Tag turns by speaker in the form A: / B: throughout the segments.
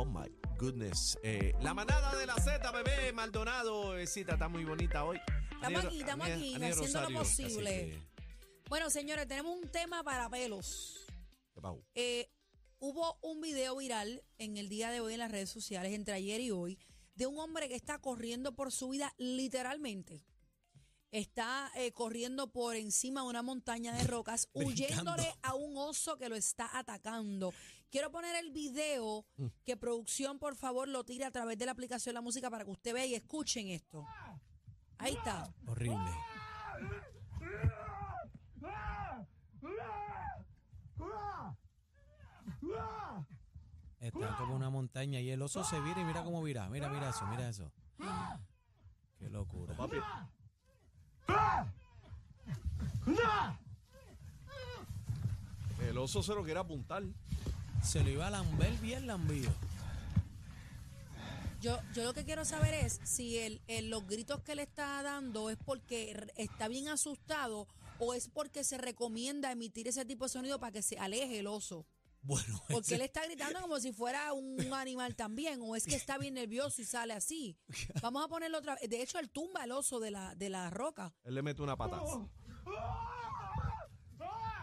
A: Oh goodness. Eh, la manada de la Z, bebé Maldonado. Bebecita, está muy bonita hoy.
B: Estamos aquí, estamos aquí, haciendo lo posible. Bueno, señores, tenemos un tema para pelos. Eh, hubo un video viral en el día de hoy en las redes sociales, entre ayer y hoy, de un hombre que está corriendo por su vida literalmente. Está eh, corriendo por encima de una montaña de rocas,
A: Brincando.
B: huyéndole a un oso que lo está atacando. Quiero poner el video que producción, por favor, lo tire a través de la aplicación La Música para que usted vea y escuchen esto. Ahí está.
A: Horrible.
C: Está como una montaña y el oso se vira y mira cómo vira. Mira, mira eso, mira eso. Qué locura.
A: El oso se lo quiere apuntar.
C: Se lo iba a lamber bien lambido.
B: Yo, yo lo que quiero saber es si el, el- los gritos que le está dando es porque r- está bien asustado o es porque se recomienda emitir ese tipo de sonido para que se aleje el oso.
C: Bueno,
B: Porque
C: ese-
B: él está gritando como si fuera un animal también, o es que está bien nervioso y sale así. Vamos a ponerlo otra vez. De hecho, él tumba el oso de la, de la roca.
A: Él le mete una patada.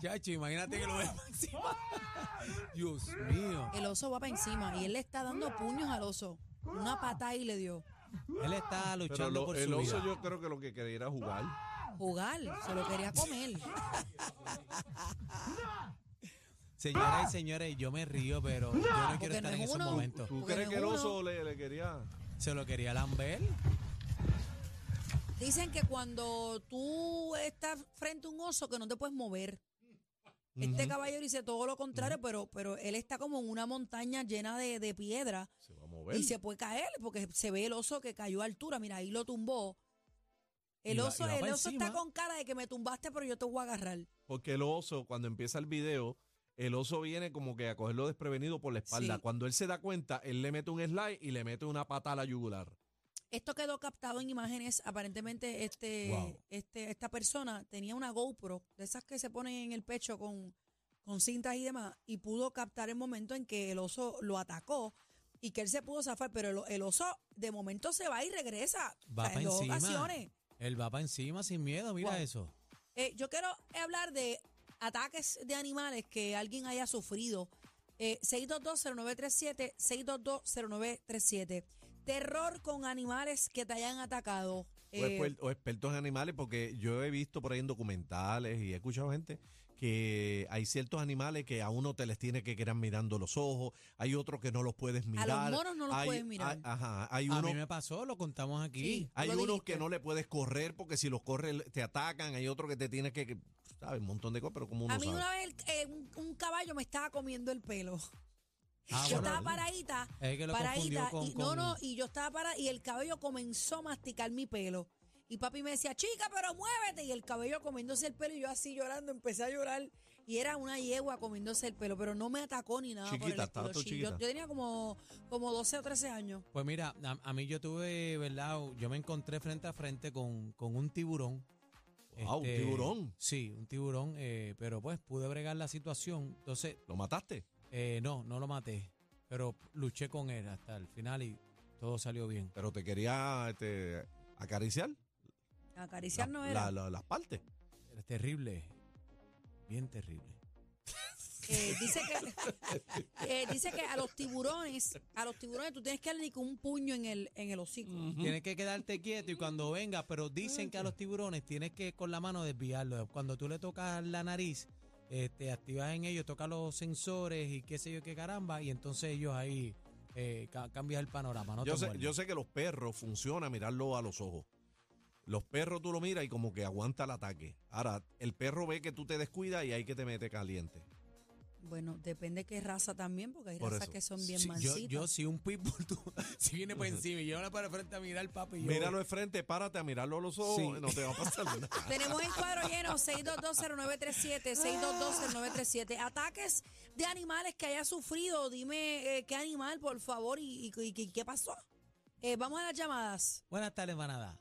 C: chacho, imagínate que lo ve por encima. Dios mío.
B: El oso va para encima y él le está dando puños al oso. Una patada y le dio.
C: Él está
A: Pero
C: luchando
A: lo-
C: por
A: el
C: su
A: oso
C: vida.
A: yo creo que lo que quería era jugar.
B: Jugar, se lo quería comer.
C: Señoras y señores, yo me río, pero yo no
B: Porque
C: quiero estar
B: no
C: en
B: es
C: esos
B: uno.
C: momentos.
A: ¿Tú
B: Porque
A: crees
B: no
A: que el
B: es uno.
A: oso le, le quería?
C: Se lo quería lamber.
B: Dicen que cuando tú estás frente a un oso que no te puedes mover. Este caballero dice todo lo contrario, pero, pero él está como en una montaña llena de, de piedra
A: Se va a mover.
B: y se puede caer porque se ve el oso que cayó a altura. Mira, ahí lo tumbó. El
C: Y va-
B: oso,
C: y va
B: el
C: pa'
B: oso está
C: encima.
B: con cara de que me tumbaste, pero yo te voy a agarrar.
A: Porque el oso, cuando empieza el video, el oso viene como que a cogerlo desprevenido por la espalda.
B: Sí.
A: Cuando él se da cuenta, él le mete un slide y le mete una patada a la yugular.
B: Esto quedó captado en imágenes. Aparentemente, este,
C: Wow.
B: este, esta persona tenía una GoPro, de esas que se ponen en el pecho con, con cintas y demás, y pudo captar el momento en que el oso lo atacó y que él se pudo zafar, pero el, el oso de momento se va y regresa.
C: Va
B: O sea,
C: pa'
B: en dos
C: encima.
B: ocasiones.
C: Él va para encima sin miedo, mira
B: Wow.
C: eso.
B: Eh, yo quiero hablar de ataques de animales que alguien haya sufrido. Eh, 6220937, 6220937. Terror con animales que te hayan atacado.
A: O,
B: Eh,
A: exper- o expertos en animales, porque yo he visto por ahí en documentales y he escuchado gente que hay ciertos animales que a uno te les tiene que quedar mirando los ojos, hay otros que no los puedes mirar.
B: monos no los
A: hay-
B: puedes mirar.
A: hay- ajá, hay
C: A
A: uno-
C: mí me pasó, lo contamos aquí.
B: Sí.
A: hay
B: Lo
A: unos
B: dijiste.
A: que no le puedes correr porque si los corres te atacan, hay otros que te tienes que, que- sabes, un montón de cosas, pero como uno
B: A mí
A: sabe.
B: una vez el- eh, un, un caballo me estaba comiendo el pelo.
C: Ah,
B: yo
C: bueno,
B: estaba paradita,
C: Es que lo
B: paradita,
C: confundió con,
B: y no,
C: con-
B: no, y yo estaba parada y el cabello comenzó a masticar mi pelo. Y papi me decía, chica, pero muévete. Y el cabello comiéndose el pelo y yo así llorando, empecé a llorar. Y era una yegua comiéndose el pelo, pero no me atacó ni nada. por el
A: Chiquita, estabas
B: estilo.
A: tú
B: Sí, yo-
A: chiquita.
B: Yo, tenía como, como 12 o 13 años.
C: Pues mira, a, a mí yo tuve, ¿verdad? Yo me encontré frente a frente con, con un tiburón.
A: Wow, Ah, un
C: Este,
A: tiburón.
C: Sí, un tiburón, eh, pero pues pude bregar la situación. Entonces,
A: ¿Lo mataste?
C: eh, no, no lo maté, pero luché con él hasta el final y todo salió bien.
A: Pero te quería este, acariciar
B: Acariciar no
A: la-
B: era.
A: la- la- las partes.
C: Era terrible, bien terrible.
B: Eh, dice que eh, dice que a los tiburones, a los tiburones tú tienes que darle con un puño en el en el hocico.
C: Tienes que quedarte quieto y cuando venga, pero dicen que a los tiburones tienes que con la mano desviarlo. Cuando tú le tocas la nariz, eh, te activas en ellos, tocas los sensores y qué sé yo qué caramba, y entonces ellos ahí eh, ca- cambias el panorama. No
A: yo,
C: te
A: sé,
C: muerden.
A: yo sé que los perros funciona mirarlo a los ojos. Los perros tú lo miras y como que aguanta el ataque. Ahora, el perro ve que tú te descuidas y ahí que te mete caliente.
B: Bueno, depende qué raza también, porque hay
A: Por
B: razas
A: eso.
B: que son bien
C: Sí, yo,
B: mansitas.
C: yo si un pitbull tú- si viene por encima y yo ahora para frente a mirar papi yo
A: Míralo de frente, párate a mirarlo a los ojos,
C: Sí.
A: no te va a pasar nada.
B: Tenemos el cuadro lleno 6220937, 6220937. Ataques de animales que haya sufrido. Dime eh, qué animal, por favor, y, y- y- y qué pasó. Eh, vamos a las llamadas.
C: Buenas tardes, manada.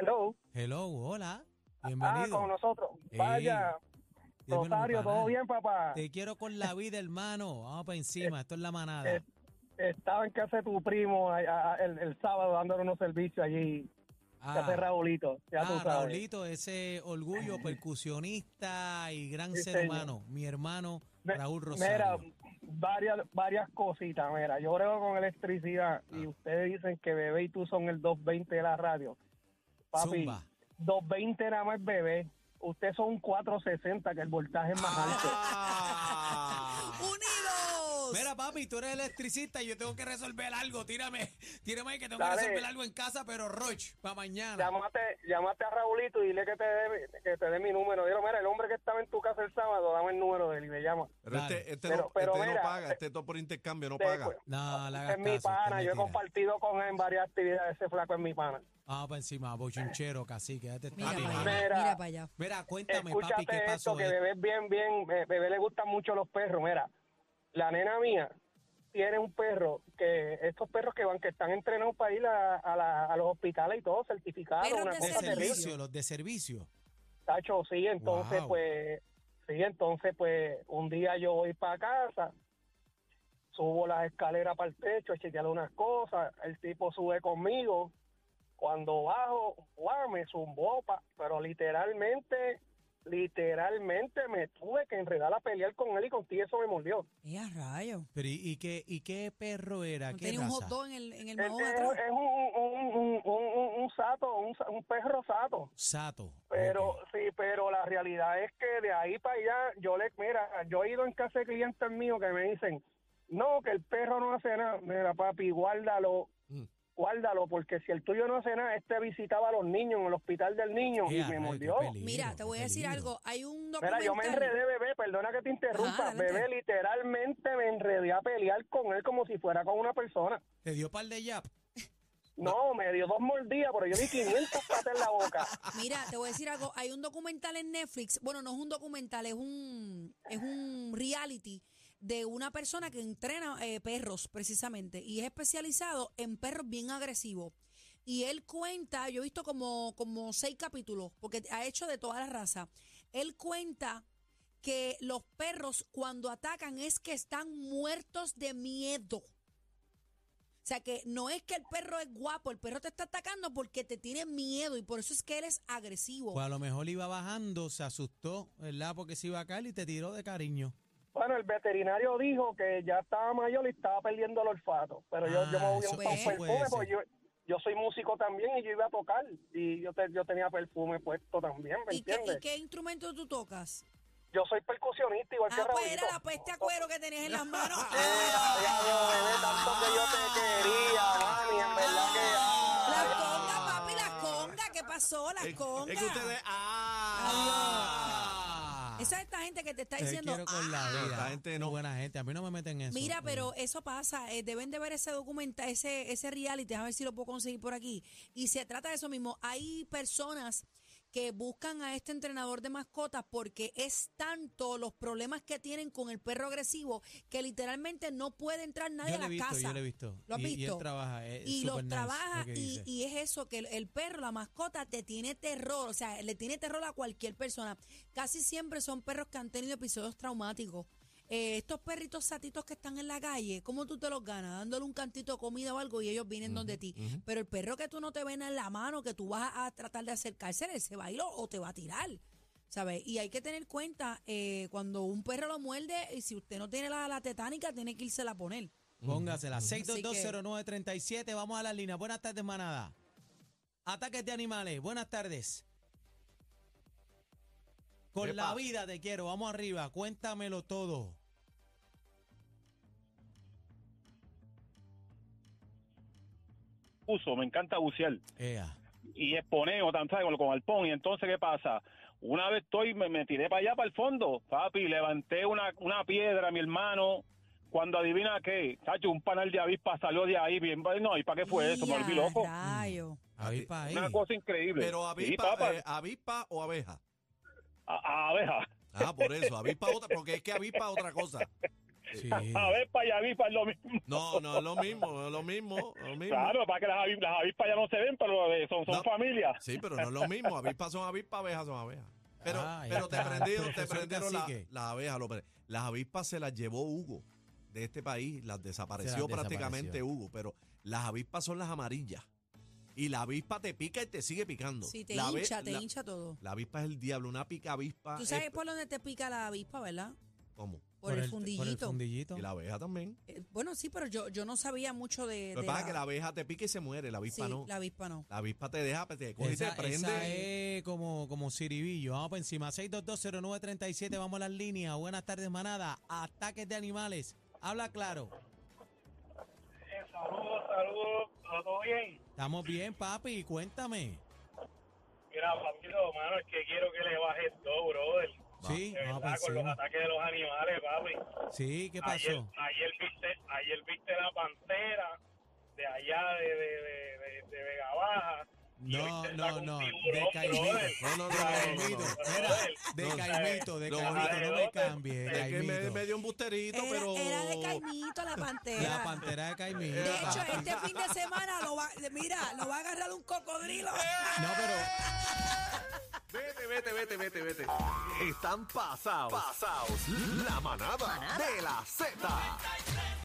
D: Hello.
C: Hello, hola.
D: Ah,
C: Bienvenido.
D: con nosotros.
C: Ey,
D: Vaya,
C: dímelo,
D: Rosario, ¿todo
C: panal.
D: bien, papá? Eh,
C: Te quiero con la vida, hermano. Vamos para encima, esto es la manada.
D: Estaba en casa de tu primo a- a- a- el, el sábado dándole unos servicios allí. Ya sé, Raulito. Ya tú
C: ah,
D: sabes.
C: Raulito, ese orgullo percusionista y gran
D: Sí,
C: ser
D: señor.
C: humano, mi hermano
D: Me-
C: Raúl Rosario.
D: Mira, varias, varias cositas. Mira, yo brego con electricidad
C: Ah.
D: y ustedes dicen que bebé y tú son el 220 de la radio. Papi,
C: Zumba.
D: 220 nada más bebé. Ustedes son un 460, que el voltaje es
C: Ah.
D: más alto.
B: ¡Unidos!
C: Mira, papi, tú eres electricista y yo tengo que resolver algo. Tírame, tírame ahí que tengo que
D: Dale.
C: resolver algo en casa, pero Roch, para mañana.
D: Llámate, llámate a Raulito y dile que te dé que te dé mi número. Dile, mira, el hombre que estaba en tu casa el sábado, dame el número de él y me llama.
A: Pero
C: Claro.
A: este, este,
D: Pero-
A: no,
D: pero
A: este no
D: mira,
A: paga,
D: te-
A: este todo por intercambio no
D: te-
A: paga.
C: No, la
D: es mi pana, yo he compartido con él en varias actividades, ese flaco es mi pana.
C: Ah, para encima, bochinchero, cacique, date esta
B: Mira para allá,
C: mano.
D: Mira.
B: mira para allá.
C: Mira, cuéntame,
D: Escúchate
C: papi, ¿qué
D: esto,
C: pasó?
D: que bebé es bien, bien, be- bebé le gustan mucho los perros. Mira, la nena mía tiene un perro que estos perros que van que están entrenados para ir a, a la- a los hospitales y todo certificados
B: Perros
D: una
B: de
C: de
D: cosa terrible
C: servicio, los de servicio.
D: Tacho, sí, entonces
C: Wow.
D: pues, sí, entonces pues un día yo voy para casa, subo las escaleras para el techo, a chequear unas cosas, el tipo sube conmigo, cuando bajo, guau, me zumbó, pa- pero literalmente, literalmente me tuve que enredar a pelear con él y contigo eso me mordió.
B: Mira, Eh, rayo.
C: Pero, ¿y, y qué, ¿y qué perro era?
B: No
C: ¿Qué
B: tenía un
C: raza?
B: hot dog en el, en el
D: Es,
B: mahón
D: es-
B: atrás.
D: es un, un, un- un- un- un sato, un, sa- un perro sato.
C: Sato.
D: Pero
C: ok.
D: sí, pero la realidad es que de ahí para allá, yo le, mira, yo he ido en casa de clientes míos que me dicen, no, que el perro no hace nada. Mira, papi, guárdalo,
A: Mm.
D: guárdalo, porque si el tuyo no hace nada, este visitaba a los niños en el hospital del niño
C: Ea,
D: y me
C: rayo, qué
D: mordió.
C: peligro,
B: Mira, te
C: qué
B: voy a decir
C: peligro.
B: algo. Hay un
D: Mira,
B: documental.
D: yo me enredé, bebé, perdona que te interrumpa.
B: adelante.
D: bebé, literalmente me enredé a pelear con él como si fuera con una persona.
C: Te dio par de yap.
D: No, me dio dos mordidas, pero yo di 500 patas en la boca.
B: Mira, te voy a decir algo. Hay un documental en Netflix. Bueno, no es un documental, es un, es un reality de una persona que entrena eh, perros, precisamente, y es especializado en perros bien agresivos. Y él cuenta, yo he visto como, como seis capítulos, porque ha hecho de toda la raza. Él cuenta que los perros cuando atacan es que están muertos de miedo. O sea que no es que el perro es guapo, el perro te está atacando porque te tiene miedo y por eso es que él es agresivo.
C: Pues a lo mejor iba bajando, se asustó, ¿verdad? Porque se iba a caer y te tiró de cariño.
D: Bueno, el veterinario dijo que ya estaba mayor y estaba perdiendo el olfato. Pero yo, yo me
C: Ah,
D: voy a
C: eso-
D: usar un
B: eso
C: puede
D: perfume
C: ser.
D: porque yo, yo soy músico también y yo iba a tocar. Y yo, te- yo tenía perfume puesto también, ¿me
B: ¿Y qué,
D: entiendes?
B: y qué instrumento tú tocas?
D: Yo soy percusionista igual que
B: Ah, pues
D: Raulito.
B: era la peste a cuero que tenías en las manos.
D: Ay, adiós, bebé, tanto que yo te quería, mami, en verdad que... ay,
B: Las congas, papi, las congas. ¿Qué pasó? Las
A: Es,
B: congas.
A: es que ustedes.
C: Ah.
B: Esa es esta gente que te está
C: Te
B: diciendo.
C: quiero con la
B: "Ah".
A: No,
C: vida.
A: esta gente no.
C: Buena gente, a mí no me meten en eso.
B: Mira, pero
C: Eh,
B: eso pasa. eh, deben de ver ese documental, ese, ese reality. A ver si lo puedo conseguir por aquí. Y se trata de eso mismo. Hay personas que buscan a este entrenador de mascotas porque es tanto los problemas que tienen con el perro agresivo que literalmente no puede entrar nadie
C: yo
B: a
C: le
B: la
C: he visto,
B: casa.
C: yo le he visto.
B: ¿Lo has
C: y, y
B: visto?
C: él trabaja, es
B: y los
C: super nice,
B: trabaja
C: lo que
B: y,
C: dice.
B: y es eso, que el, el perro, la mascota, te tiene terror, o sea, le tiene terror a cualquier persona. Casi siempre son perros que han tenido episodios traumáticos. Eh, estos perritos satitos que están en la calle, ¿cómo tú te los ganas? Dándole un cantito de comida o algo y ellos vienen donde ti. Pero el perro que tú no te ven en la mano, que tú vas a tratar de acercarse, él se va a ir o- o te va a tirar. ¿Sabes? Y hay que tener cuenta eh, cuando un perro lo muerde y si usted no tiene la, la tetánica, tiene que irse a poner.
C: Póngasela.
B: que-
C: 6220937. Vamos a las líneas. Buenas tardes, manada. Ataques de animales. Buenas tardes. Con la
A: Epa.
C: vida te quiero. Vamos arriba. Cuéntamelo todo.
E: uso, me encanta bucear
C: Ea.
E: y exponeo tan ¿sabes? Con, con arpón. Y entonces, ¿qué pasa? Una vez estoy, me, me tiré para allá, para el fondo, papi, levanté una, una piedra, mi hermano. Cuando adivina qué, Sacho, un panel de avispa salió de ahí, bien, no, ¿y para qué fue eso? Me volví
B: ¡Ya,
E: loco.
B: rayo!
A: Ah,
C: Avispa ahí.
E: Una cosa increíble.
A: Pero
E: Sí,
A: avispa,
E: papá,
A: eh, avispa o abeja.
E: a- a- abeja.
A: Ah, por eso, avispa otra, porque es que avispa otra cosa.
C: Sí.
E: Avispa y avispa es lo mismo.
A: No, no, es lo mismo, es lo mismo, es lo mismo.
E: Claro, para que las, avi- las avispas ya no se ven, pero eh, son, son
A: No.
E: familias.
A: Sí, pero no es lo mismo. Avispas son avispas, abejas son abejas. Pero,
C: Ah, ahí
A: pero te
C: está,
A: prendieron, te
C: profesor
A: prendieron la-
C: Cacique.
A: las abejas. lo pre- las avispas se las llevó Hugo de este país las desapareció
C: Se las
A: prácticamente
C: desapareció.
A: Hugo, pero las avispas son las amarillas. Y la avispa te pica y te sigue picando.
B: Si te
A: la ve-
B: hincha, te
A: la- Ah, eh,
B: hincha todo.
A: La avispa es el diablo, una pica avispa.
B: Tú
A: es-
B: sabes por dónde te pica la avispa, ¿verdad?
A: ¿Cómo?
B: Por, el,
C: Por el
B: fundillito.
C: fundillito.
A: Y la abeja también.
B: Eh, bueno, sí, pero yo, yo no sabía mucho de.
A: Lo que
B: de
A: pasa es que la abeja te pica y se muere, la avispa
B: sí,
A: no.
B: la avispa no.
A: La avispa te deja, pues, te coge y
C: Esa,
A: te prende.
C: esa es como, como Ciribillo. Vamos por encima. 6220937, vamos a las líneas. Buenas tardes, manada. Ataques de animales. Habla claro.
D: Saludos, saludos, todo bien.
C: Estamos bien, papi. Cuéntame.
D: Mira, papito, mano, es que quiero que le bajes todo, brother.
C: pues Sí,
D: De
C: vamos
D: verdad,
C: por
D: con los
C: encima.
D: ataques de los animales, papi.
C: Sí, ¿qué
D: Ayer,
C: pasó?
D: ayer viste, ayer viste la pantera de allá de, de, de, de, de Vega Baja. y hoy
C: No,
D: te
C: no,
D: saca un
C: no. De
D: tiburón, brother.
C: Caimito.
A: No, no, no,
C: De
A: no, no, no.
C: Caimito. Mira, de Caimito, de
A: Lo
C: Caimito. No me
D: bonito-
C: cambies.
A: Es que me, me
C: Caimito.
A: dio un busterito,
B: Era,
A: pero.
B: era de Caimito la pantera.
C: La pantera de Caimito.
B: de hecho,
C: papi.
B: este fin de semana lo va, mira, lo va a agarrar un cocodrilo.
A: Eh,
C: No, pero.
F: Vete, vete, vete, vete, vete. Están pasados. Pasados. La manada, de la Z.